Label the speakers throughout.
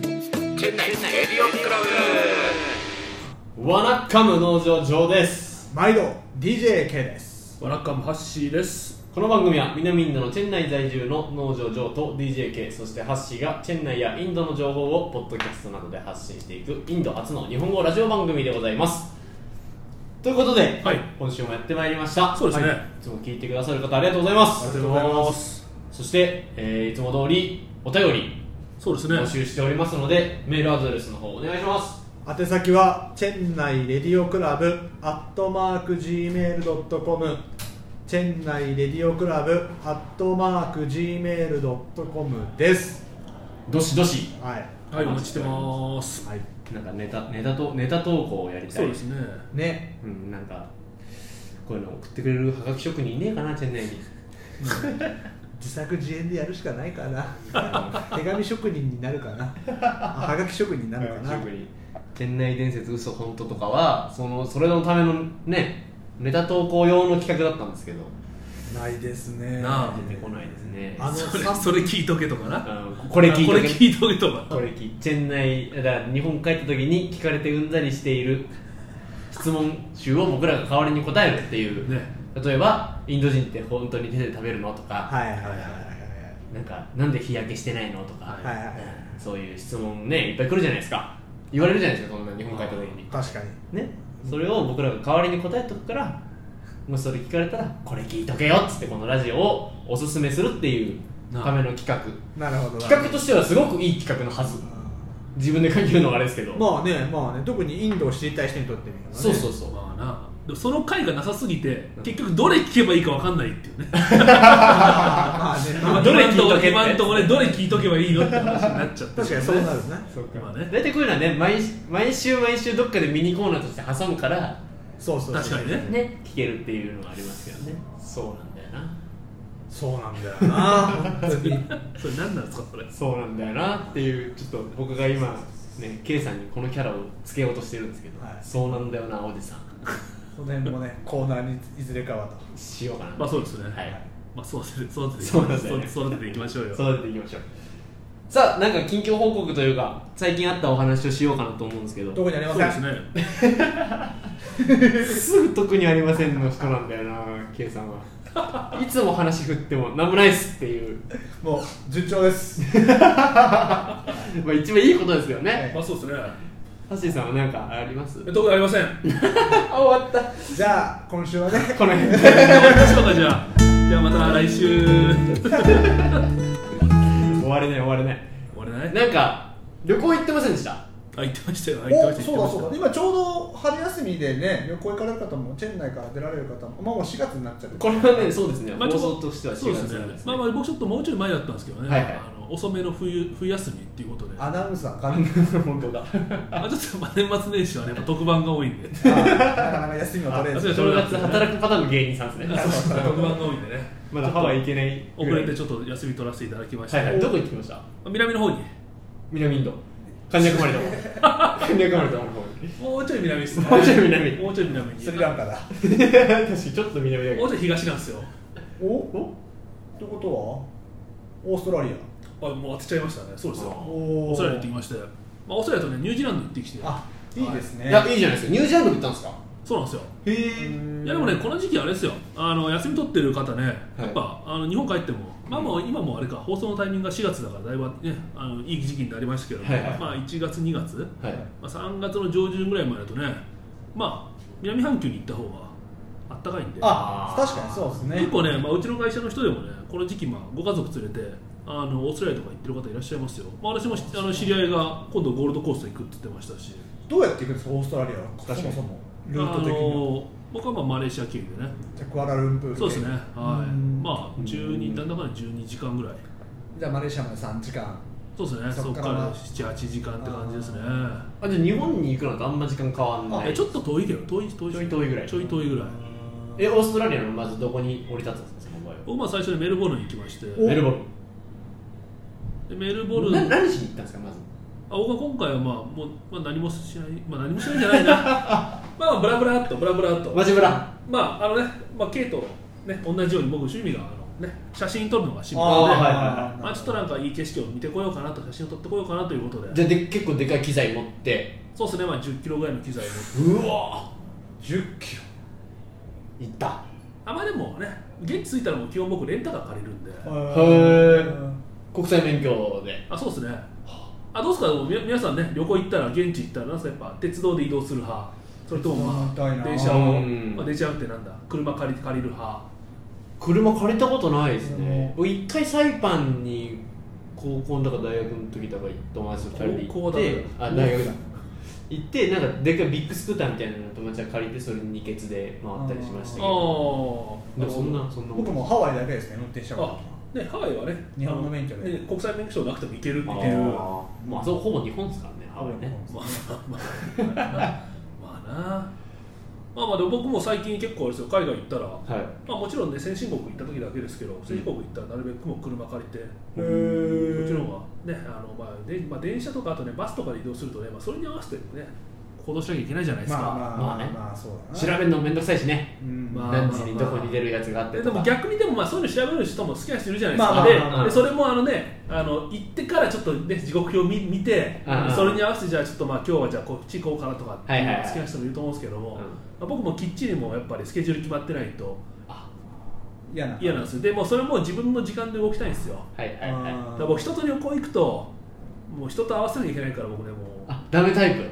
Speaker 1: 店内エリオンクラブ
Speaker 2: ワナッカム農場上です
Speaker 3: 毎度 DJK です
Speaker 4: ワラカムハッシーです。
Speaker 2: この番組は南インドのチェン内在住の農場上と DJK そしてハッシーがチェン内やインドの情報をポッドキャストなどで発信していくインド初の日本語ラジオ番組でございますということで、
Speaker 4: はい
Speaker 2: 今週もやってまいりました
Speaker 4: そうですね
Speaker 2: はい、いつも聞いてくださる方ありがとうございます
Speaker 3: ありがとうございます
Speaker 2: そして、えーいつも通りお便り
Speaker 4: そうですね。
Speaker 2: 募集しておりますので、メールアドレスの方お願いします
Speaker 3: 宛先はチェンナイレディオクラブアットマーク Gmail.com チェンナイレディオクラブアットマーク Gmail.com です
Speaker 2: どしどし
Speaker 3: はい
Speaker 4: はい、お待ちしてます。
Speaker 3: はい
Speaker 2: なんかネタネタとネタ投稿をやりたい
Speaker 4: そうですね。
Speaker 3: ね
Speaker 2: うん、なんかこういうの送ってくれるはがき職人いねえかなチェン内に
Speaker 3: 自作自演でやるしかないか な手紙職人になるかなあはがき職人になるかな
Speaker 2: チェン内伝説嘘本当とかはそのそれのためのねネタ投稿用の企画だったんですけど
Speaker 3: ないですね
Speaker 4: なあ
Speaker 2: 出てこないですね
Speaker 3: あの
Speaker 4: それ
Speaker 3: さ
Speaker 4: それ聞いとけとかな。
Speaker 2: あのこれ聞い
Speaker 4: あこれ
Speaker 2: て
Speaker 4: 聞いとけとか。
Speaker 2: これ聞いチェン内だから日本帰った時に聞かれてうんざりしている質問集を僕らが代わりに答えるっていう、
Speaker 4: ね
Speaker 2: 例えばインド人って本当に手で食べるのとか、
Speaker 3: はいはいはいはい
Speaker 2: なんかなんで日焼けしてないのとか、
Speaker 3: はいはいはい
Speaker 2: そういう質問ねいっぱい来るじゃないですか言われるじゃないですかこんな日本帰った時に
Speaker 3: 確かに
Speaker 2: ねそれを僕らが代わりに答えとくからもしそれ聞かれたらこれ聞いとけよっつってこのラジオをおすすめするっていう
Speaker 4: なあ
Speaker 2: ための企画
Speaker 3: なるほどな
Speaker 2: 企画としてはすごくいい企画のはず自分で言うのはあれですけど、
Speaker 3: まあねまあね特にインドを知りたい人にとってみればね
Speaker 2: そうそうそう
Speaker 4: まあな。でもその回がなさすぎて、結局どれ聞けばいいかわかんないっていうね。
Speaker 3: まあ
Speaker 2: あ
Speaker 3: ね
Speaker 2: どれ聞いとけって
Speaker 4: 今んとこね、どれ聞いとけばいいのって話になっちゃって。
Speaker 3: 確かにそうなるね
Speaker 2: そうか
Speaker 4: まあね
Speaker 2: 大体こういうのはね毎毎週毎週どっかでミニコーナーとして挟むから
Speaker 3: そうそうそう
Speaker 4: 確かにね。
Speaker 2: ね聞けるっていうのがありますけどねそうなんだよな
Speaker 3: そうなんだよな本当に
Speaker 4: それ何なんですか、それ。
Speaker 2: そうなんだよなっていうちょっと僕が今ね K さんにこのキャラをつけようとしてるんですけど、
Speaker 3: はい
Speaker 2: そうなんだよなおじさん
Speaker 3: その辺もねコーナーにいずれかはと
Speaker 2: しようかな
Speaker 4: まあそうですね。
Speaker 2: はい
Speaker 4: まあそうですね。育てていき
Speaker 2: そう
Speaker 4: ま
Speaker 2: で
Speaker 4: し
Speaker 2: す
Speaker 4: ょう
Speaker 2: ね。
Speaker 4: 育てていきましょうよ。
Speaker 2: 育てていきましょうさあなんか近況報告というか最近あったお話をしようかなと思うんですけど
Speaker 3: 特にありま
Speaker 4: そう
Speaker 3: せ
Speaker 4: です
Speaker 3: ん
Speaker 4: ね。
Speaker 2: すぐ特にありませんの人なんだよな K さんはいつも話振っても何もないっすっていう
Speaker 3: もう順調です
Speaker 2: まあ一番いいことですよね
Speaker 3: い
Speaker 4: まあそうですね。
Speaker 2: ハッシーさんは何かあります
Speaker 4: え特にありませ ん。
Speaker 2: あ終わった
Speaker 3: じゃあ今週はね
Speaker 2: この辺
Speaker 4: 終わりましょうかじゃあ。じゃあまた来 週。終
Speaker 2: 終われない終われない
Speaker 4: われない
Speaker 2: なんか旅行行ってませんでした
Speaker 4: あ、言ってましたよ。あ言って
Speaker 3: お
Speaker 4: ました。
Speaker 3: そうだ
Speaker 4: 言ってました
Speaker 3: そうだ今ちょうど春休みでね旅行行かれる方もチェン内から出られる方もまあもう4月になっちゃって
Speaker 2: これはね、そうですね、
Speaker 4: まあ
Speaker 2: 放送としては
Speaker 4: そう
Speaker 2: 4
Speaker 4: で
Speaker 2: 月
Speaker 4: す
Speaker 2: なん
Speaker 4: ね
Speaker 2: です、
Speaker 4: ま
Speaker 2: ね
Speaker 4: あまあ僕ちょっともうちょい前だったんですけどね、
Speaker 2: はいはい
Speaker 4: あの遅めの冬冬休みっていうことで、
Speaker 3: ア
Speaker 4: あ
Speaker 3: ナウンサーかな
Speaker 2: 本当だ。
Speaker 4: ちょっとまあ年末年始はね、やっぱ特番が多いんで、
Speaker 3: あーなかなか休みを取
Speaker 4: あ
Speaker 3: れ
Speaker 4: そ
Speaker 3: ず
Speaker 4: う
Speaker 2: 正月働くパターンの芸人さんですね。
Speaker 4: 特番が多いんでね、
Speaker 2: まだハワイ行けない。
Speaker 4: 遅れてちょっと休み取らせていただきました、
Speaker 2: はいはい。どこ行ってきました
Speaker 4: 南の方に、
Speaker 2: 南インド。カンニャクマリの方。カンニャクマリの方。
Speaker 4: もうちょい南ですね、
Speaker 2: もうちょい南
Speaker 4: もうちょい南に、
Speaker 3: スリランカだ
Speaker 2: 確かにちょっと南だけ
Speaker 4: もう
Speaker 2: ど。
Speaker 4: ちょい東なんですよ、
Speaker 3: おおってことはオーストラリ
Speaker 4: あもう当てちゃいましたね、そうです
Speaker 3: ア
Speaker 4: よ、
Speaker 3: お
Speaker 4: オーストラリア行ってきまして、まあ、オーストラリアとね、ニュージーランド行ってきて、
Speaker 3: あいいですね
Speaker 2: いや、いいじゃないですか。ニュージーランド行ったんですか
Speaker 4: そうなんですよ、
Speaker 2: へ
Speaker 3: うん
Speaker 4: いやでもね、この時期あれですよ、あの休み取ってる方ね、
Speaker 2: い
Speaker 4: やっぱ、あの日本帰っても、まあ、もう今もあれか、放送のタイミングが4月だから、だいぶね、あのいい時期になりましたけど、
Speaker 2: はいはい
Speaker 4: まあ、1月、2月、
Speaker 2: え。はい。
Speaker 4: まあ、3月の上旬ぐらいまでだとね、まあ、南半球に行った方があったかいんで、
Speaker 3: あ確かにそうですね
Speaker 4: 結構ね、まあ、うちの会社の人でもね、この時期、まあ、ご家族連れて、あのオーストラリアとか行ってる方いらっしゃいますよ、まあ、私もしあの知り合いが今度、ゴールドコースト行くって言ってましたし、
Speaker 3: どうやって行くんですかオーストラリアは
Speaker 2: かに
Speaker 3: そもそもルート的
Speaker 4: あ
Speaker 3: には
Speaker 4: の僕はまあマレーシア経由でね。
Speaker 3: じゃあクアラルンプール
Speaker 4: そうですね、は
Speaker 3: う
Speaker 4: い、
Speaker 3: ん
Speaker 4: まあ、12、だんだかんだ12時間ぐらい、
Speaker 3: じゃあマレーシアまで3時間
Speaker 4: そうですね、そ
Speaker 3: そっ
Speaker 4: こ
Speaker 3: か
Speaker 4: からら7、8時間って感じですね、
Speaker 2: あ、じゃあ日本に行くのとあんま時間変わんな
Speaker 4: え
Speaker 2: い。
Speaker 4: ちょっと遠いけど、遠い、遠い
Speaker 2: ちょい遠いぐらい
Speaker 4: ちょい遠いぐらい、
Speaker 2: え、オーストラリアのまずどこに降り立つんですか、その場合は。
Speaker 4: 僕、まあ、最初にメルボルンに行きまして、
Speaker 3: お
Speaker 2: メルボル
Speaker 4: でメルボル
Speaker 2: ン。
Speaker 4: ン、
Speaker 2: な
Speaker 4: あ
Speaker 2: 何しに行ったんですか、まず。
Speaker 4: 僕は今回は、まあ、もう、まあ、何もしない、まあ、何もしないんじゃないな、 まあ、ブラブラっと、ブラブラっと、
Speaker 2: マジブラ。
Speaker 4: まあ、あのね、まあ、ケイとね、同じように僕、趣味があの
Speaker 3: ね
Speaker 4: 写真撮るのが趣味
Speaker 2: あー
Speaker 4: なので
Speaker 2: はいはい
Speaker 4: まあ、ちょっとなんかいい景色を見てこようかなと写真を撮ってこようかなということで
Speaker 2: じゃあで結構でかい機材持って
Speaker 4: そうですね、まあ、1 0キロぐらいの機材を持って
Speaker 2: うわ
Speaker 3: 10キロ
Speaker 2: いった
Speaker 4: あまあでもね現地着いたらもう基本僕レンタカー借りるんで
Speaker 2: へ国際免許で
Speaker 4: あそうですねあどうですかもうみ皆さんね旅行行ったら現地行ったらなんすかやっぱ鉄道で移動する派それともま
Speaker 3: 鉄道乗りたい
Speaker 4: あ
Speaker 3: な
Speaker 4: 電車を、
Speaker 2: うん
Speaker 4: まあ、電車ってなんだ車借りて借りる派
Speaker 2: 車借りたことないですね
Speaker 3: うん
Speaker 2: 俺一回サイパンに高校だか大学の時だか友達と2人で
Speaker 4: 高
Speaker 2: 行っ
Speaker 4: 校だ
Speaker 2: て
Speaker 4: な
Speaker 2: あ大学だ行ってなんかでっかいビッグスクーターみたいなの友達が借りてそれに二ケツで回ったりしましたけ
Speaker 4: ああ
Speaker 2: どでもそんなそんなもん
Speaker 3: 僕もハワイだけですね運転したこ
Speaker 4: あねハワイはね
Speaker 3: 日本の免許で
Speaker 4: ね国際免許証なくても行けるって
Speaker 2: あ
Speaker 4: いう
Speaker 2: ーまああそこほぼ日本ですからねハワイね
Speaker 4: まあまあまあまあなまあまあでも僕も最近結構あれですよ海外行ったら、
Speaker 2: はい
Speaker 4: まあ、もちろんね先進国行った時だけですけど先進国行ったらなるべくもう車借りて
Speaker 3: と
Speaker 2: へ
Speaker 3: へ
Speaker 4: こっちの
Speaker 3: ー
Speaker 4: 方がねあの、まあでまあ、電車とかあとねバスとかで移動するとね、まあ、それに合わせてね行動しなきゃいけないじゃないです
Speaker 3: ま
Speaker 4: か、
Speaker 3: あまあま
Speaker 2: まあ
Speaker 3: あ
Speaker 2: ね
Speaker 3: まあそうだな
Speaker 2: 調べるのめんどくさいしね
Speaker 3: うん
Speaker 4: まあ
Speaker 2: 何時にどこに出るやつがあって
Speaker 4: で
Speaker 2: と
Speaker 4: で
Speaker 2: か
Speaker 4: も逆にでもまあそういうの調べる人も好きな人いるじゃないですか、
Speaker 3: まあまあまあまあ
Speaker 4: ででそれもあの、ね、あの行ってからちょっと、ね、時刻表見見て、
Speaker 2: うんうん
Speaker 4: それに合わせてじゃあちょっとまあ今日はじゃあこっち行こうかなとかって
Speaker 2: はいはいはい
Speaker 4: 好きな人もいると思うんですけども、
Speaker 2: うん
Speaker 4: まあ僕もきっちりもうやっぱりスケジュール決まってないと
Speaker 3: 嫌な
Speaker 4: 嫌なんですよでもうそれも自分の時間で動きたいんですよ
Speaker 2: はいはいはい
Speaker 4: だから僕人と旅行行くともう人と合わせなきゃいけないから僕ねもう
Speaker 2: あダメタイプ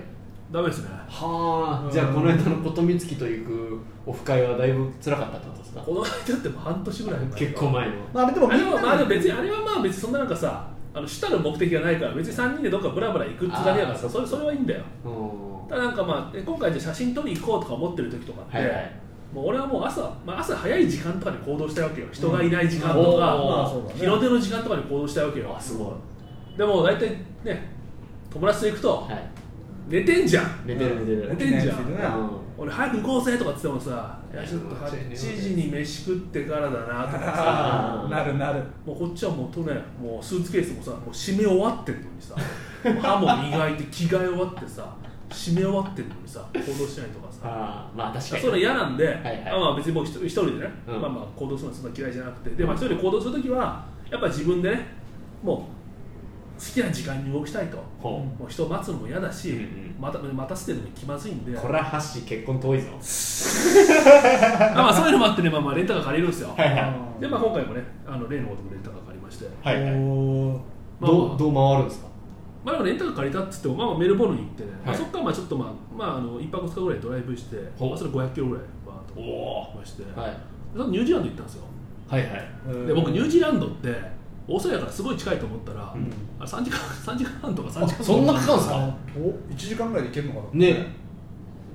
Speaker 4: ダメですね
Speaker 2: は
Speaker 3: う
Speaker 2: あ
Speaker 3: ん
Speaker 2: じゃあこの間の琴美月と行くオフ会はだいぶ辛かったってことですか
Speaker 4: この間ってもう半年ぐらい前
Speaker 2: 結構前の
Speaker 3: まあでも
Speaker 4: あれはまあでも別に
Speaker 3: あ
Speaker 4: あれはまあ別にそんななんかさあの主たる目的がないから別に3人でどっかブラブラ行くってだけだから
Speaker 2: あ
Speaker 4: さ
Speaker 2: ー
Speaker 4: それそれはいいんだよ
Speaker 2: うん
Speaker 4: ただなんかまあで今回じゃあ写真撮りに行こうとか思ってる時とかって、
Speaker 2: はいはい
Speaker 4: もう俺はもう朝、まあ、朝早い時間とかに行動したいわけよ人がいない時間とか、
Speaker 2: うん
Speaker 3: まあそうだね
Speaker 4: 日の出の時間とかに行動したいわけよ
Speaker 2: あすごい
Speaker 4: でも大体ね友達と行くと、
Speaker 2: はい
Speaker 4: 寝てんじゃん
Speaker 2: 寝てる寝てる
Speaker 4: 寝てんじゃん
Speaker 2: うん
Speaker 4: 俺早く行こうぜとかって言ってもさいやちょっと8時に飯食ってからだなとかさ
Speaker 2: あー
Speaker 3: なるなる
Speaker 4: もうこっちはもうとねもうスーツケースもさもう締め終わってるのにさもう歯も磨いて着替え終わってさ締め終わってるのにさ行動しないとかさ
Speaker 2: あーまあ確かに
Speaker 4: それ嫌なんで、
Speaker 2: はい
Speaker 4: あまあ、別に僕一人一人でね、
Speaker 2: うん
Speaker 4: まあまあ行動するのはそんな嫌いじゃなくてで、まあ、一人で行動するときはやっぱ自分でねもう好きな時間に動きたいと
Speaker 2: ほう
Speaker 4: もう人を待つのも嫌だし、
Speaker 2: うんうん
Speaker 4: また待たせてるのも気まずいんで
Speaker 2: これはハッシー結婚遠いぞ
Speaker 4: あまあそういうのもあってね、まあ、まあレンタカー借りるんですよ、
Speaker 2: はいは
Speaker 4: でまあ、今回もねあの例の男レンタカー借りまして、
Speaker 2: いはいはい
Speaker 3: おー
Speaker 4: まあま
Speaker 2: ど
Speaker 4: あ
Speaker 2: うどう回るんですか
Speaker 4: まあ、でもレンタカー借りたっつっても、まあ、まあメルボルンに行ってね、まあ
Speaker 2: はい
Speaker 4: そこからまあちょっと、まあまあ、あの1泊2日ぐらいドライブして、
Speaker 2: ほう
Speaker 4: まあ、それ500キロぐらいバーッと
Speaker 2: お
Speaker 4: 行きまして、
Speaker 2: はい
Speaker 4: でそのニュージーランド行ったんですよ
Speaker 2: はいはい
Speaker 4: で僕ニュー
Speaker 3: ジ
Speaker 4: ジーランドってオーストラリアからすごい近いと思ったら、
Speaker 2: うん
Speaker 4: あれ3時間 3時間半とか3
Speaker 2: あ
Speaker 4: 時間
Speaker 2: そんなかかるん
Speaker 4: ん
Speaker 2: ですか
Speaker 3: お1時間ぐらいで行けるのかな
Speaker 2: ね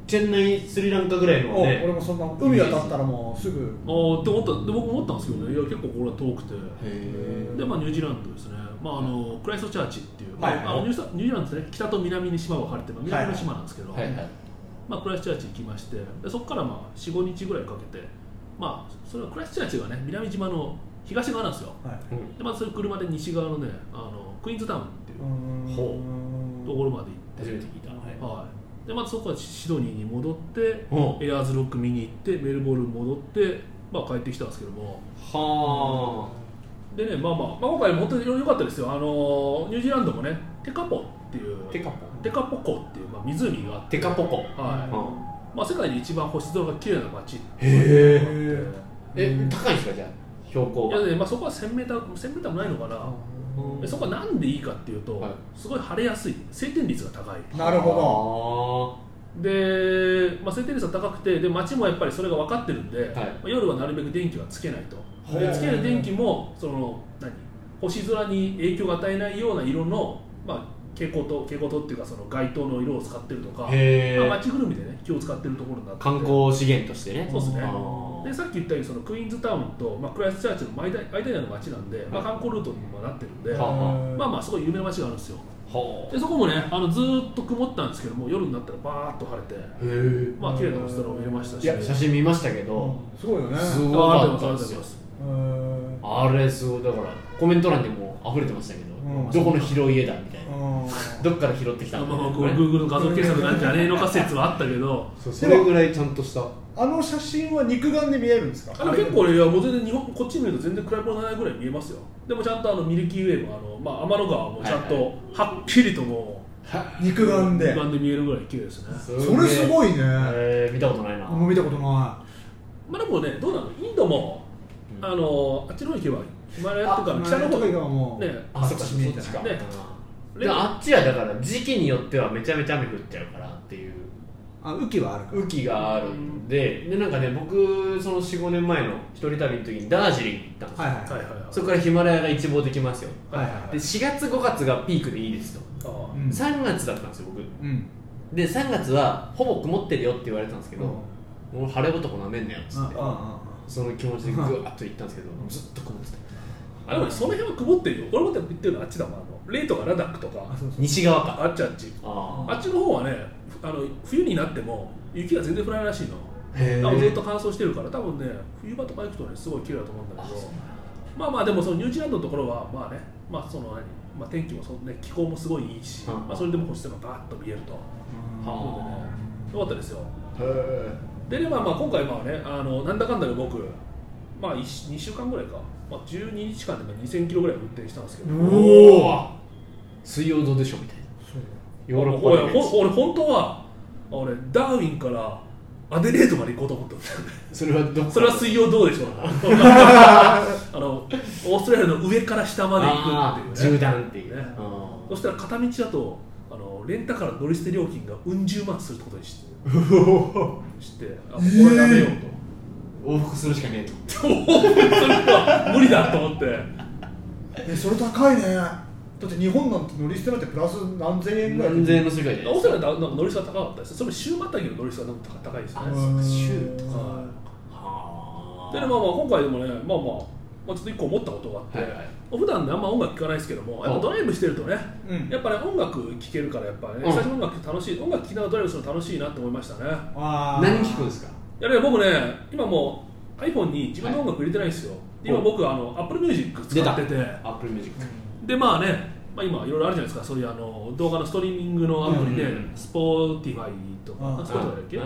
Speaker 2: チェンナイスリランカぐらいの
Speaker 3: お俺
Speaker 2: ね
Speaker 3: もそんな海渡ったらもうすぐ
Speaker 4: ああって思ったで僕思ったんですけどねいや結構これは遠くて
Speaker 2: へー
Speaker 4: で、まあ、ニュージーランドですね、まあ、あのクライストチャーチっていう、
Speaker 3: はい
Speaker 4: まああのニュースニュージーランドって、ね、北と南に島が分かれてる、まあ南の島なんですけど、
Speaker 2: はいはい
Speaker 4: まあ、クライストチャーチ行きましてでそこからまあ45日ぐらいかけて、まあ、それはクライストチャーチがね南島の東側なんですよ
Speaker 3: はい
Speaker 2: うん
Speaker 4: でまずそれ車で西側のねあのクイーンズタウンっていうう
Speaker 3: ーん
Speaker 2: ほ
Speaker 4: ところまで行
Speaker 2: 初めて聞いたはい
Speaker 4: って、はい、でまずそこからシドニーに戻って
Speaker 2: ほう
Speaker 4: エアーズロック見に行ってメルボルン戻って、まあ、帰ってきたんですけども
Speaker 2: は
Speaker 4: でねまあまあ、まあ、今回本当に良かったですよあのニュージーランドもねテカポっていう
Speaker 2: あテカポ
Speaker 4: テカポ湖っていう、まあ、湖があって
Speaker 2: テカポコ
Speaker 4: はいまあ、世界で一番星空が綺麗な街
Speaker 2: へえ
Speaker 4: で
Speaker 3: へ
Speaker 2: え高いんですかじゃあ標高
Speaker 4: い
Speaker 2: が
Speaker 4: やねまあ、そこは 1000m 1000m もないのかな、でそこはなんでいいかっていうと、
Speaker 2: はい
Speaker 4: すごい晴れやすい晴天率が高い
Speaker 3: ーなるほ
Speaker 2: ほ
Speaker 4: で、まあ、晴天率が高くてで街もやっぱりそれが分かってるんで、
Speaker 2: い
Speaker 4: まあ夜はなるべく電気はつけないと
Speaker 3: ほう
Speaker 4: でつける電気もその何星空に影響を与えないような色の、まあ、蛍光灯蛍光灯っていうかその街灯の色を使ってるとか、
Speaker 2: へ
Speaker 4: まあ、
Speaker 2: ー
Speaker 4: 街ぐるみでね気を使ってるところになってて
Speaker 2: 観光資源としてね
Speaker 4: そうですね
Speaker 2: あ
Speaker 4: で
Speaker 2: ー
Speaker 4: さっき言ったようにそのクイーンズタウンと、まあ、クライストチャーチの間間にある町なんで、まあ、観光ルートにもなってるんで、
Speaker 2: は
Speaker 3: ど
Speaker 2: あは
Speaker 4: まあまあすごい有名な町があるんですよ
Speaker 2: ほう
Speaker 4: でそこもねあのずーっと曇ったんですけども夜になったらバーッと晴れて
Speaker 2: へー
Speaker 4: まあ綺麗な星空を見れましたし
Speaker 2: いや写真見ましたけど
Speaker 3: すごいよね
Speaker 2: す
Speaker 4: あ
Speaker 2: ご
Speaker 4: ーありがと
Speaker 2: かっ
Speaker 4: う
Speaker 2: た
Speaker 4: ご
Speaker 2: で
Speaker 4: ざい
Speaker 2: すよ
Speaker 4: ます
Speaker 3: へ
Speaker 2: あ
Speaker 3: ー
Speaker 2: れすごいだからコメント欄でも溢れてましたけど
Speaker 3: うん
Speaker 2: どこの広い家だみたいな
Speaker 3: うん
Speaker 2: どっから拾ってきた
Speaker 4: まあ
Speaker 2: の
Speaker 4: まあ、こう Google の画像検索なんじゃねえのか説はあったけど、
Speaker 3: そう
Speaker 2: それぐらいちゃんとした
Speaker 3: あの写真は肉眼で見えるんですか
Speaker 4: あの結構、いや、もう全然日本、こっち見ると全然暗いものないぐらい見えますよ。でもちゃんとあのミルキーウェーも、あのまあ、天の川もちゃん
Speaker 2: はいは
Speaker 4: と、はっきりとも
Speaker 3: 肉
Speaker 4: う、
Speaker 3: 眼で
Speaker 4: 眼で見えるぐらい綺麗ですね。
Speaker 3: それすごいね
Speaker 2: えー見たことないな
Speaker 3: もう見たことな
Speaker 4: まあでもね、どうなのインドも、
Speaker 2: うん
Speaker 4: あの、あっちの方行けば、ヒマラ
Speaker 3: い
Speaker 4: ヤとか、北の
Speaker 3: と
Speaker 4: 方
Speaker 3: かがもう
Speaker 4: ね
Speaker 2: あそっかそっ
Speaker 3: 見え
Speaker 2: ち
Speaker 3: た
Speaker 2: か、
Speaker 4: ね
Speaker 2: うんであっちはだから時期によってはめちゃめちゃ雨降っちゃうからっていう
Speaker 3: あ雨季はあるか
Speaker 2: 雨季があるんででなんかね僕その45年前の一人旅の時にダージリンに行ったんですよ、
Speaker 3: らはいはい
Speaker 4: はいはい
Speaker 2: そこからヒマラヤが一望できますよ
Speaker 3: はいはい
Speaker 2: で4月5月がピークでいいですと
Speaker 4: はいあ
Speaker 3: うん
Speaker 2: 3月だったんですよ僕
Speaker 3: うん
Speaker 2: で3月はほぼ曇ってるよって言われてたんですけど、
Speaker 3: うん
Speaker 2: もう晴れ男なめんなよっつって
Speaker 3: あ
Speaker 2: その気持ちでぐわっと行ったんですけどずっと曇ってた
Speaker 4: あでもその辺は曇ってるよ。俺も言ってるのはあっちだもん。あのレイとかラダックとか
Speaker 3: あ、そうそう
Speaker 2: 西側か
Speaker 4: あっちあっち。
Speaker 2: あ
Speaker 4: あっちの方はね、あの冬になっても雪が全然降らないらしいの。
Speaker 2: あへ
Speaker 4: あのずっと
Speaker 2: え
Speaker 4: 乾燥してるから、多分ね、冬場とか行くとね、すごい綺麗だと思うんだけど、まあまあ、でもそのニュージーランドのところは、まあね、まあ、その何、まあ、天気もそ、ね、気候もすごいいいし、
Speaker 2: うん
Speaker 4: まあ、それでも星とかバーッと見えると、
Speaker 3: うん
Speaker 2: は
Speaker 4: よかったですよ。
Speaker 2: へ
Speaker 4: でね、まあ、まあ今回、まあね、あのなんだかんだで僕、まあ、2週間ぐらいか、まあ、12日間でまあ2000キロぐらい運転したんですけど、
Speaker 2: え
Speaker 3: う
Speaker 4: ま
Speaker 2: おお水曜どうでしょうみたいなヨー
Speaker 4: あ
Speaker 2: ロ
Speaker 4: 俺、
Speaker 2: ッパ
Speaker 4: ほん俺本当は、俺、ダーウィンからアデレードまで行こうと思ってた。
Speaker 2: それはどこ
Speaker 4: それは水曜どうでしょう あのオーストラリアの上から下まで行
Speaker 2: あ
Speaker 4: くっ
Speaker 2: ー
Speaker 4: ていう、
Speaker 2: 縦
Speaker 4: ね、
Speaker 2: 断っていうね
Speaker 4: ね
Speaker 2: あ
Speaker 4: そしたら片道だとあのレンタカーの乗り捨て料金がうん十万するってことにして してあこれはダメよ
Speaker 2: ー往復するしかねえと
Speaker 4: と、それは無理だと思って
Speaker 3: えそれ高いねだって日本なんて乗り捨てなんてプラス何千円ぐらい
Speaker 2: 何千円の世界じゃ
Speaker 4: オ
Speaker 2: ない
Speaker 4: ーストラリアはなんか乗り捨てが高かったですそれ週またぎの乗り捨てが高いですね
Speaker 2: あ
Speaker 4: はい
Speaker 2: そっか
Speaker 3: 週
Speaker 2: 週
Speaker 3: と
Speaker 2: と
Speaker 4: でねま
Speaker 2: は
Speaker 3: か
Speaker 4: あまあ今回でもねまあまあまあ、ちょっと一個思ったことがあって、
Speaker 2: はいはい
Speaker 4: 普段ねあんま音楽聴かないですけどもやっぱドライブしてるとね
Speaker 3: うん
Speaker 4: やっぱね、音楽聴けるから、やっぱね、
Speaker 2: うん
Speaker 4: 最初の音楽楽しい、音楽聴きながらドライブするの楽しいなって思いましたね。
Speaker 3: あ
Speaker 2: あ
Speaker 3: ー
Speaker 2: 何聞くんですか
Speaker 4: いやね、僕ね、今もう iPhone に自分の音楽入れてないんですよ。で今
Speaker 2: お
Speaker 4: 僕、あの Apple Music 使ってて、
Speaker 2: Apple Music
Speaker 4: で、まあね、まあ、今いろいろあるじゃないですか、そういうあの動画のストリーミングのアプリで、
Speaker 2: うんうんうん
Speaker 4: Spotify とか、
Speaker 3: うん
Speaker 4: Spotify だっけ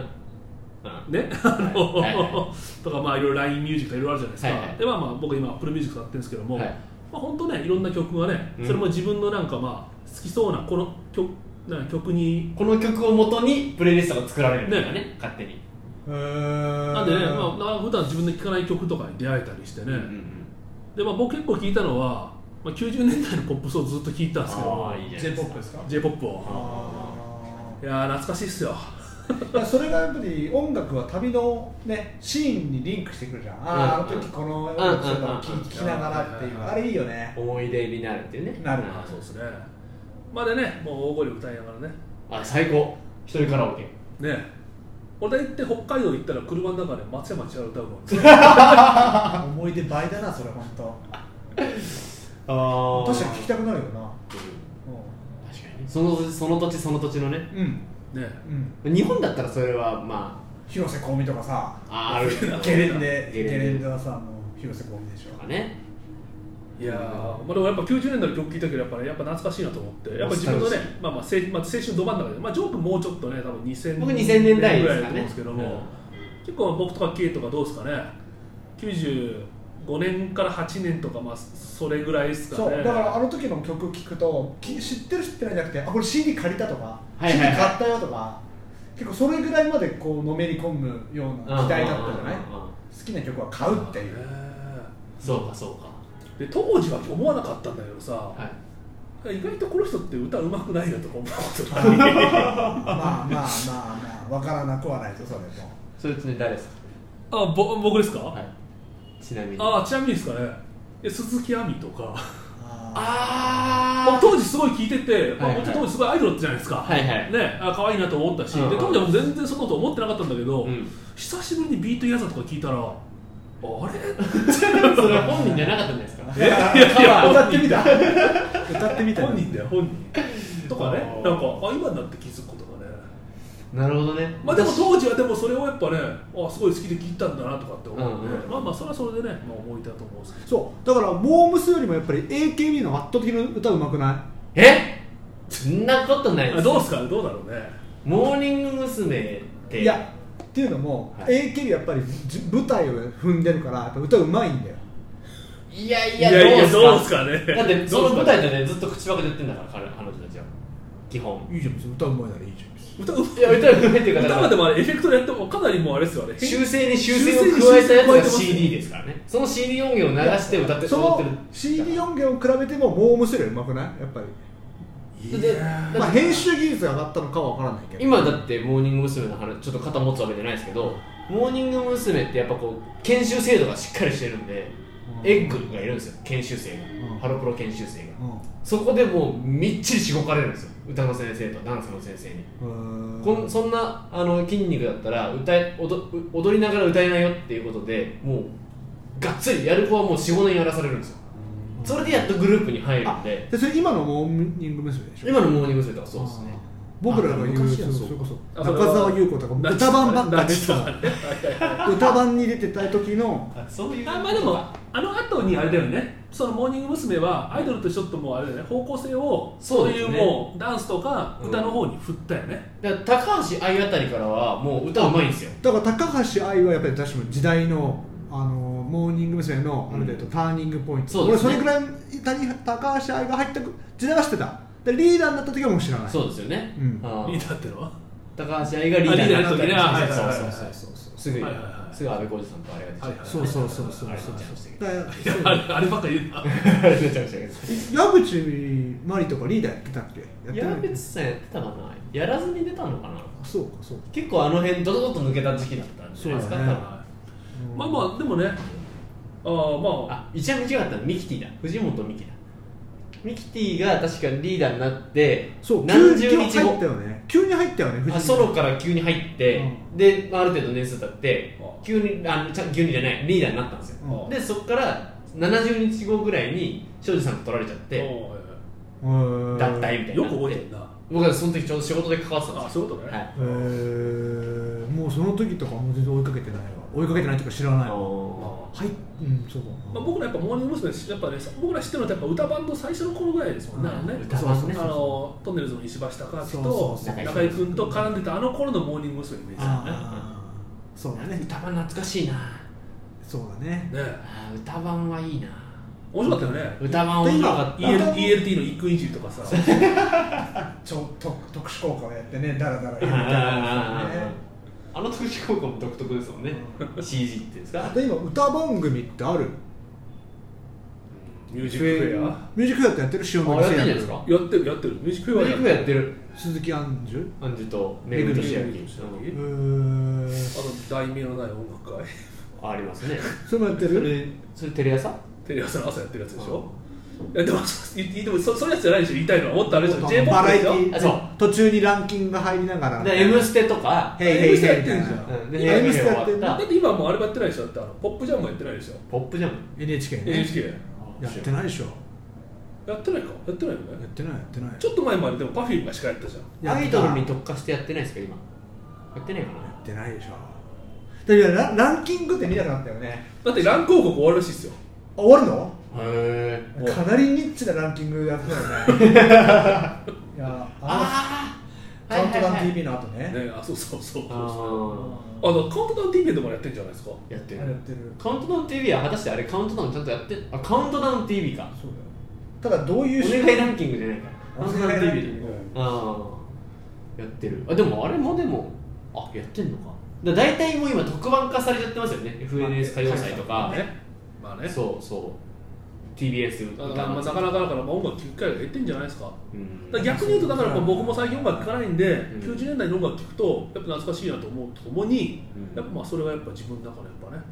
Speaker 2: うん
Speaker 4: ね、あの、
Speaker 2: はいは
Speaker 4: とか、まあ、いろいろ LINE ミュージックとかいろいろあるじゃないですか。
Speaker 2: はいはい
Speaker 4: で、まあ、まあ、僕今 Apple Music 使ってるんですけども、
Speaker 2: はい
Speaker 4: まあ、本当ね、いろんな曲がね、
Speaker 2: うん
Speaker 4: それも自分のなんか、まあ、好きそうな、この曲、なんか曲に
Speaker 2: この曲を元にプレイリストが作られるんだよね
Speaker 4: ね
Speaker 2: 勝手に
Speaker 3: へー
Speaker 4: なんでね、まあ、な普段自分で聴かない曲とかに出会えたりしてね、
Speaker 2: うんうんうん
Speaker 4: でまあ、僕結構聴いたのは、まあ、90年代のポップスをずっと聴いたんですけど
Speaker 2: あーいいじゃないです
Speaker 3: J-POP
Speaker 2: か
Speaker 3: ですか
Speaker 4: j p o p をいやー懐かしいっすよ
Speaker 3: だからそれがやっぱり音楽は旅の、ね、シーンにリンクしてくるじゃん、ああーあ
Speaker 2: うん
Speaker 3: の時この音楽してたの聴
Speaker 2: うん
Speaker 3: きながらっていううんあれいいよね
Speaker 2: 思い出になるっていうね
Speaker 3: なる
Speaker 4: あーそうですねまあでねもう大声で歌いながらね
Speaker 2: あ最高一人カラオケ
Speaker 4: ね俺だって北海道行ったら車の中で松山千春歌うの
Speaker 3: 思い出倍だなそれ本
Speaker 2: あ
Speaker 3: 当確かに聴きたくなるよな
Speaker 2: 確かにそのその土地その土地のね
Speaker 3: うん、うん
Speaker 4: ね
Speaker 3: うん、
Speaker 2: 日本だったらそれはま
Speaker 3: 広瀬香美とかさ
Speaker 2: ああるけど
Speaker 3: ゲレンデ
Speaker 2: ゲ
Speaker 3: ゲ
Speaker 2: レンデ
Speaker 3: レンデはさあの広瀬香美でし
Speaker 2: あと
Speaker 3: ょ
Speaker 2: かね
Speaker 4: いやーまあ、でもやっぱ90年代の曲聴いたけどやっぱ,、ね、やっぱ懐かしいなと思ってやっぱ自分のね
Speaker 2: ノスタルジ、
Speaker 4: まあまあ、青まあ青春ど真ん中で、まあ、ジョー君もうちょっとね多分2000
Speaker 2: 僕2000年代
Speaker 4: ぐ
Speaker 2: で
Speaker 4: らい
Speaker 2: す
Speaker 4: だと思う
Speaker 2: か
Speaker 4: ん
Speaker 2: ね
Speaker 4: ですけども、結構僕とか K とかどうですかね95年から8年とかまあそれぐらいですか
Speaker 3: そ
Speaker 4: ね
Speaker 3: うだからあの時の曲聴くとき知ってる知ってないじゃなくてあこれ CD 借りたとか、
Speaker 2: はいはいはい
Speaker 3: CD 買ったよとか結構それぐらいまでこうのめり込むような期待だったじゃない
Speaker 2: うんうんうんうん
Speaker 3: 好きな曲は買うっていう
Speaker 4: ね
Speaker 2: そうかそうか
Speaker 4: で当時は思わなかったんだけどさ、
Speaker 2: はい
Speaker 4: 意外とこの人って歌うまくないなとか思うこと があ
Speaker 3: まあまあまあまあわからなくはないぞそれも
Speaker 2: それつね誰ですか
Speaker 4: あぼ僕ですか、
Speaker 2: はいちなみに
Speaker 4: あちなみにですかねえ鈴木亜美とか
Speaker 3: あ
Speaker 2: あ
Speaker 4: 僕当時すごい聴いてて、まあ、
Speaker 2: はい
Speaker 4: も
Speaker 2: はい
Speaker 4: ちろん当時すごいアイドルだったじゃないですか、
Speaker 2: はいはい
Speaker 4: ね、あ可愛いなと思ったし、
Speaker 2: うんうん
Speaker 4: で当時はもう全然そんなこと思ってなかったんだけど、
Speaker 2: うん
Speaker 4: 久しぶりにビートヤザーとか聞いたら、あれ
Speaker 2: ー それは本人じゃなかったんですか
Speaker 4: えいやい
Speaker 3: カバー
Speaker 4: や
Speaker 3: 歌ってみた歌ってみた
Speaker 4: 本人だよ、本人。とかね、なんか、あ今になって気づくことがね、
Speaker 2: なるほどね
Speaker 4: まあ、でも当時はでもそれをやっぱねあすごい好きで聞いたんだなとかって思うんで、
Speaker 2: うんうん
Speaker 4: まあまあそれはそれでね、まあ、思い出だと思うんですけど
Speaker 3: そうだからモームスよりもやっぱり AKB の圧倒的な歌うまくな
Speaker 2: えそんなことないで
Speaker 4: あ
Speaker 2: す
Speaker 4: どうですかねどうだろうね
Speaker 2: モーニング娘。っ
Speaker 3: い
Speaker 2: て
Speaker 3: いやっていうのも、
Speaker 2: はい
Speaker 3: AKB やっぱりじ舞台を踏んでるからやっぱ歌うまいんだよ
Speaker 2: いやい
Speaker 4: いやいや
Speaker 2: やどうすか
Speaker 4: どうすかね
Speaker 2: だってその舞台でねずっと口ばくで言ってんだから彼彼女たちは基本
Speaker 3: いいじゃん別に歌うまいならいいじゃん別に
Speaker 4: 歌う
Speaker 2: いや歌うめっていうかだ
Speaker 4: 歌
Speaker 2: か
Speaker 4: ま
Speaker 2: ら
Speaker 4: でもあれエフェクトでやってもかなりもうあれですよね
Speaker 2: 修正に修正を加えた
Speaker 4: 修正に修正を加えて
Speaker 2: やつが
Speaker 4: ますね
Speaker 2: CD ですからねその CD 音源を流して歌って
Speaker 3: そ
Speaker 2: 踊って
Speaker 3: の
Speaker 2: る
Speaker 3: CD 音源を比べてもモームスよりうまくないやっぱり、
Speaker 2: だってだって
Speaker 3: まあ、編集技術が上がったのかは分からないけど
Speaker 2: 今だってモーニング娘。の話ちょっと肩持つわけじゃないですけどモーニング娘。ってやっぱこう研修制度がしっかりしてるんで
Speaker 3: うん
Speaker 2: エッグがいるんですよ研修生が
Speaker 3: うん
Speaker 2: ハロプロ研修生が
Speaker 3: う
Speaker 2: そこでもうみっちりしごかれるんですよ歌の先生とダンスの先生に
Speaker 3: んうーん
Speaker 2: こんそんなあの筋肉だったら歌え踊踊りながら歌えないよっていうことでもうがっつりやる子はもう45年やらされるんですよそれでやっとグループに入るんで
Speaker 3: でそれ今のモーニング娘。でしょ
Speaker 2: 今のモーニング娘。とかそうですね
Speaker 3: 僕らが
Speaker 2: あ
Speaker 3: 言う
Speaker 2: 昔は
Speaker 3: そ
Speaker 2: そう
Speaker 3: それこそ
Speaker 4: あそれは
Speaker 3: 中澤優子とかも歌番ばっか出てた
Speaker 4: な
Speaker 3: から歌番に出てた時の
Speaker 2: あそういう
Speaker 4: あまあでもあの後にあれだよねそのモーニング娘。はアイドルとちょっともうあれだよね方向性を
Speaker 2: そうです
Speaker 4: い
Speaker 2: ね
Speaker 4: うもうダンスとか
Speaker 2: うん
Speaker 4: 歌の方に振ったよね、
Speaker 2: だから高橋愛あたりからはもう歌うまいんですよ
Speaker 3: だから高橋愛はやっぱり確かに時代のあのモーニング娘。のあれで言うとターニングポイント、
Speaker 2: そうですね
Speaker 3: 俺それぐらいたに高橋愛が入った時代は知ってたでリーダーになった時はもう知らない
Speaker 2: そうですよね、
Speaker 3: うん
Speaker 2: あ
Speaker 4: リ
Speaker 2: ー
Speaker 4: ーダーってのは
Speaker 2: 高橋愛がリーダーになった
Speaker 4: あリーダーになった時ねはいはいは
Speaker 2: そう
Speaker 4: い
Speaker 2: そうそうそう
Speaker 3: そう
Speaker 2: すぐ、
Speaker 4: はいはいはい
Speaker 2: すぐ安倍浩二さんとあれが出ちゃ
Speaker 4: はいはい
Speaker 3: そうそうそうそう
Speaker 2: あれ出ちゃいましたけど
Speaker 3: だから
Speaker 4: いやあれあればっか言うな
Speaker 2: あれ出ちゃいましたけど
Speaker 3: 矢口真理とかリーダーやってたっけや
Speaker 2: 矢
Speaker 3: ってな
Speaker 2: 口
Speaker 3: い
Speaker 2: さんやってたかなやらずに出たのかな
Speaker 3: そうかそうか
Speaker 2: 結構あの辺ドドドと抜けた時期だったんじゃないですか
Speaker 3: そうだね
Speaker 2: 多分
Speaker 4: まあまあでもねあーまあ
Speaker 2: あ一番短かったのはミキティだ藤本ミキだミキティが確かリーダーになって
Speaker 3: そう
Speaker 2: 何
Speaker 3: 急
Speaker 2: 十
Speaker 3: に
Speaker 2: 日
Speaker 3: 入った
Speaker 2: 後
Speaker 3: よね急に入ったよね藤井
Speaker 2: あソロから急に入って、
Speaker 3: う
Speaker 2: である程度年数経って
Speaker 4: あ
Speaker 2: 急にあちゃ急にじゃないリーダーになったんですよ、
Speaker 3: うん
Speaker 2: でそこから70日後ぐらいに庄司さんが取られちゃって
Speaker 4: おー
Speaker 3: うーん
Speaker 2: 脱退みたいになって
Speaker 4: よく覚えてるな
Speaker 2: 僕はその時ちょうど仕事で関わってたん
Speaker 4: あ
Speaker 2: です
Speaker 4: そ
Speaker 2: よ
Speaker 4: ういうことね、
Speaker 2: はい
Speaker 3: えーもうその時とかもう全然追いかけてないわ追いかけてないというか知らないわは
Speaker 2: おー
Speaker 3: いうんそうだ
Speaker 4: まあ、僕らやっぱモーニング娘。やっぱね僕ら知ってるのはやっぱ歌バンド最初の頃ぐらいですもんね,、
Speaker 2: うん
Speaker 4: ね
Speaker 2: 歌バンドね
Speaker 4: あのトンネルズの石橋貴明
Speaker 3: そう
Speaker 4: と
Speaker 3: そうそう
Speaker 4: 中居君と絡んでたあの頃のモーニング娘。のイメージだね
Speaker 3: あーそうだね
Speaker 2: 歌番懐かしいな
Speaker 3: そうだね
Speaker 4: ね
Speaker 2: あー歌番はいいな
Speaker 4: 面白かったよね
Speaker 2: 歌番面白かっ
Speaker 3: で今
Speaker 4: EL ELT の一句いじりとかさ
Speaker 3: ちょと特殊効果をやってねダラダラやる
Speaker 2: た
Speaker 3: みたいなやつね
Speaker 2: あの特殊効果も独特ですもんね CG っていうんです
Speaker 3: あ
Speaker 2: か
Speaker 3: と今歌番組ってある
Speaker 4: ミュージックフェア
Speaker 3: ミュージックフェアってやってる塩野
Speaker 2: あやってんじゃない
Speaker 3: 也
Speaker 2: ですか
Speaker 4: やってるやってるミュージックフェア
Speaker 2: よくやってる
Speaker 3: 鈴木杏樹
Speaker 2: アンジュとめぐみとしあ
Speaker 4: めぐみとしあき
Speaker 3: うーん
Speaker 4: あと題名のない音楽会
Speaker 2: ありますね
Speaker 3: それもやって
Speaker 2: そ
Speaker 3: る
Speaker 2: れそれテレ朝
Speaker 4: テレ朝の朝やってるやつでしょいやでもそういでもそそういうやつじゃないでしょ言いたいのはもっとあれでしょ j p
Speaker 3: バ
Speaker 4: o
Speaker 3: ラ
Speaker 4: で
Speaker 3: エ
Speaker 4: し
Speaker 3: テ
Speaker 4: ょ
Speaker 3: ィ
Speaker 2: あそう
Speaker 3: 途中にランキングが入りながら
Speaker 2: で M ステ」とか
Speaker 3: ヘイヘイヘイみたいな
Speaker 2: うんで
Speaker 3: 今 M ステやってん
Speaker 2: 終わ
Speaker 3: の
Speaker 2: っ
Speaker 4: だって今もうあれもやってないでしょだってあのポップジャムもやってないでしょ
Speaker 2: ポップジャム
Speaker 3: NHK ね
Speaker 4: NHK
Speaker 3: やってないでしょ
Speaker 4: やってないかやってないよ
Speaker 3: やっ
Speaker 4: ね
Speaker 3: てないやってない
Speaker 4: ちょっと前まででも Perfume が司会やったじゃん
Speaker 3: やってた
Speaker 2: アイドルに特化してやってないですか今やってないか
Speaker 3: や
Speaker 2: な
Speaker 3: ってないでしょだからラランキングって見なくなったよね
Speaker 4: だって乱広告終わるらしいですよ
Speaker 3: あ終わるの
Speaker 2: へえ
Speaker 3: かなりニッチなランキングやってたよ ねいやあ
Speaker 2: ああ
Speaker 3: のカウントダウン
Speaker 2: はいはいはい
Speaker 3: TV の後ね
Speaker 4: ねあそうそうそうそう
Speaker 2: あ
Speaker 4: あだからカウントダウン TV でもやってるんじゃないですか
Speaker 2: ーやって
Speaker 3: あれ
Speaker 2: る
Speaker 3: やってる
Speaker 2: カウントダウン TV は果たしてあれカウントダウンちゃんとやってあカウントダウン TV か
Speaker 3: そうだよただどういう
Speaker 2: お願いランキングじゃないか
Speaker 3: お
Speaker 2: カウントダ
Speaker 3: 願
Speaker 2: ウ
Speaker 3: い
Speaker 2: ン
Speaker 3: ラン
Speaker 2: TV
Speaker 3: キン
Speaker 2: で
Speaker 3: グ
Speaker 2: ああやってるあでもあれもでもあやってんのかだ大体もう今特番化されちゃってますよね FNS 歌謡祭とか、
Speaker 4: ねまあね
Speaker 2: そうそう TBS
Speaker 4: だ
Speaker 2: 歌
Speaker 4: からまあなかなかだからまあ音楽聴く機会が減ってんじゃないですか
Speaker 2: うん
Speaker 4: だから逆に言うとだからこう僕も最近音楽聴かないんで、
Speaker 2: ん
Speaker 4: 90年代の音楽聴くとやっぱ懐かしいなと思うとともに、
Speaker 2: うん
Speaker 4: やっぱまあそれがやっぱ自分だからやっぱね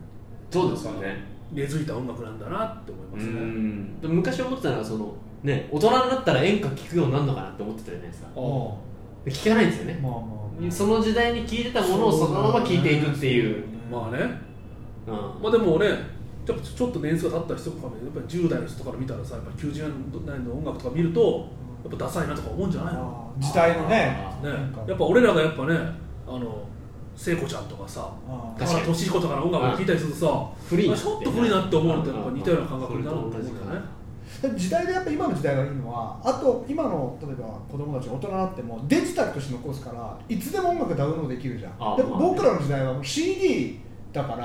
Speaker 2: そうですよね
Speaker 4: 根付いた音楽なんだなって思いま
Speaker 2: う
Speaker 4: すね、
Speaker 2: んでも昔思ってたのはそのね大人になったら演歌聴くようになるのかなって思ってたじゃないですか
Speaker 4: あ
Speaker 3: も
Speaker 2: で聴かないんですよ
Speaker 3: う
Speaker 2: ね
Speaker 3: まあまあ
Speaker 2: その時代に聴いてたものをそのまま聴いていくっていう
Speaker 4: まあね
Speaker 2: うん
Speaker 4: まあでもねやっぱちょっと年数が経った人とかもやっぱり10代の人から見たらさやっぱ90年代の音楽とか見るとやっぱダサいなとか思うんじゃないの
Speaker 3: 時代のね
Speaker 4: ね
Speaker 3: なんか
Speaker 4: やっぱ俺らがやっぱねあの聖子ちゃんとかさ
Speaker 5: あー
Speaker 4: 田
Speaker 2: 確か
Speaker 4: 原
Speaker 2: に
Speaker 4: 俊彦とかの音楽を聴いたりするとさ
Speaker 2: 古いな
Speaker 4: あちょっと古いなって思うのとやっぱ似たような感覚になると思うんだよ
Speaker 2: それ
Speaker 4: ね
Speaker 2: と同じか
Speaker 3: 時代でやっぱ今の時代がいいのはあと今の例えば子供たち大人になってもデジタルとして残すからいつでも音楽ダウンロードできるじゃ
Speaker 2: あ
Speaker 3: んでも
Speaker 2: まあね
Speaker 3: 僕らの時代はもう CD だから、
Speaker 2: うん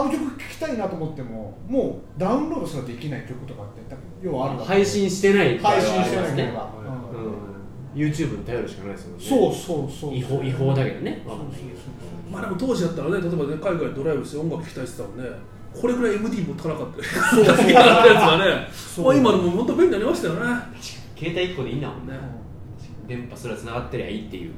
Speaker 3: あの曲聴きたいなと思ってももうダウンロードすらできない曲とかって多分要はあるわけ
Speaker 2: 配信してない
Speaker 3: 配信して
Speaker 2: あ
Speaker 3: な
Speaker 2: ります
Speaker 3: いけれ
Speaker 2: ね
Speaker 3: ば、
Speaker 4: うん
Speaker 3: うん
Speaker 2: うん YouTube に頼るしかないですもんね
Speaker 3: そうそうそう
Speaker 2: 違法違法だけどね
Speaker 3: そうそうそうそう
Speaker 4: まあでも当時だったらね例えばね海外ドライブして音楽聴きたいって言ったらねこれくらい MD 持ってかなかったそうそう そうやったやつがね
Speaker 3: そう
Speaker 4: まあ今のももっと便利になりましたよね
Speaker 2: 携帯1個でいいんだもんね
Speaker 4: ね
Speaker 2: 電波すら繋がってりゃいいっていう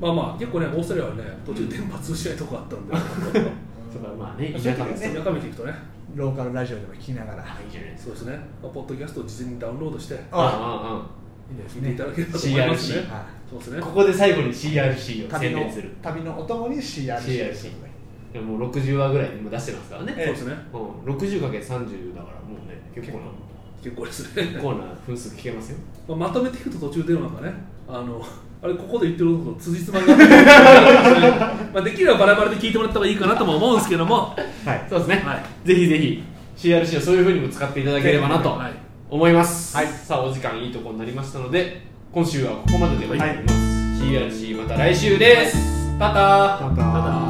Speaker 4: まあまあ結構ねオーストラリアはね途中電波通じないとこあったんで
Speaker 2: それはまあね
Speaker 4: 田
Speaker 2: 田
Speaker 4: 舎
Speaker 2: 舎
Speaker 4: 道
Speaker 2: の
Speaker 4: 田舎道行くとね
Speaker 3: ローカルラジオでも聴きなが
Speaker 2: い
Speaker 3: ら
Speaker 2: いじゃないですか
Speaker 4: そうですね、まあ、ポッドキャストを事前にダウンロードして
Speaker 2: あ
Speaker 3: いいです
Speaker 4: 聞いてい
Speaker 3: ね
Speaker 4: ただければと思いますね
Speaker 2: CRC
Speaker 3: は
Speaker 4: そうです
Speaker 2: あああ
Speaker 4: ね
Speaker 2: ここで最後に CRC を
Speaker 3: い旅
Speaker 2: 宣
Speaker 3: の
Speaker 2: 伝する
Speaker 3: 旅のお供に CRC です
Speaker 2: CRC でももう60話ぐらいもう出してますからね、
Speaker 4: そうですね
Speaker 2: うん、60×30 だからもうね結構な
Speaker 4: 結構ですね
Speaker 2: 結構な分数聞けますよ
Speaker 4: まあ、まとめていくと途中電話がねあのあれここで言ってることと辻褄が合ってないまあできればバラバラで聞いてもらった方がいいかなとも思うんですけども
Speaker 3: はい
Speaker 2: そうですね、
Speaker 4: は
Speaker 2: ぜひぜひ CRC をそういうふうにも使っていただければなと
Speaker 4: はい
Speaker 2: 思います、
Speaker 3: はい
Speaker 2: さあお時間いいとこになりましたので今週はここまでで終わります、
Speaker 3: はい
Speaker 2: CRC また来週です、タタ
Speaker 3: ただ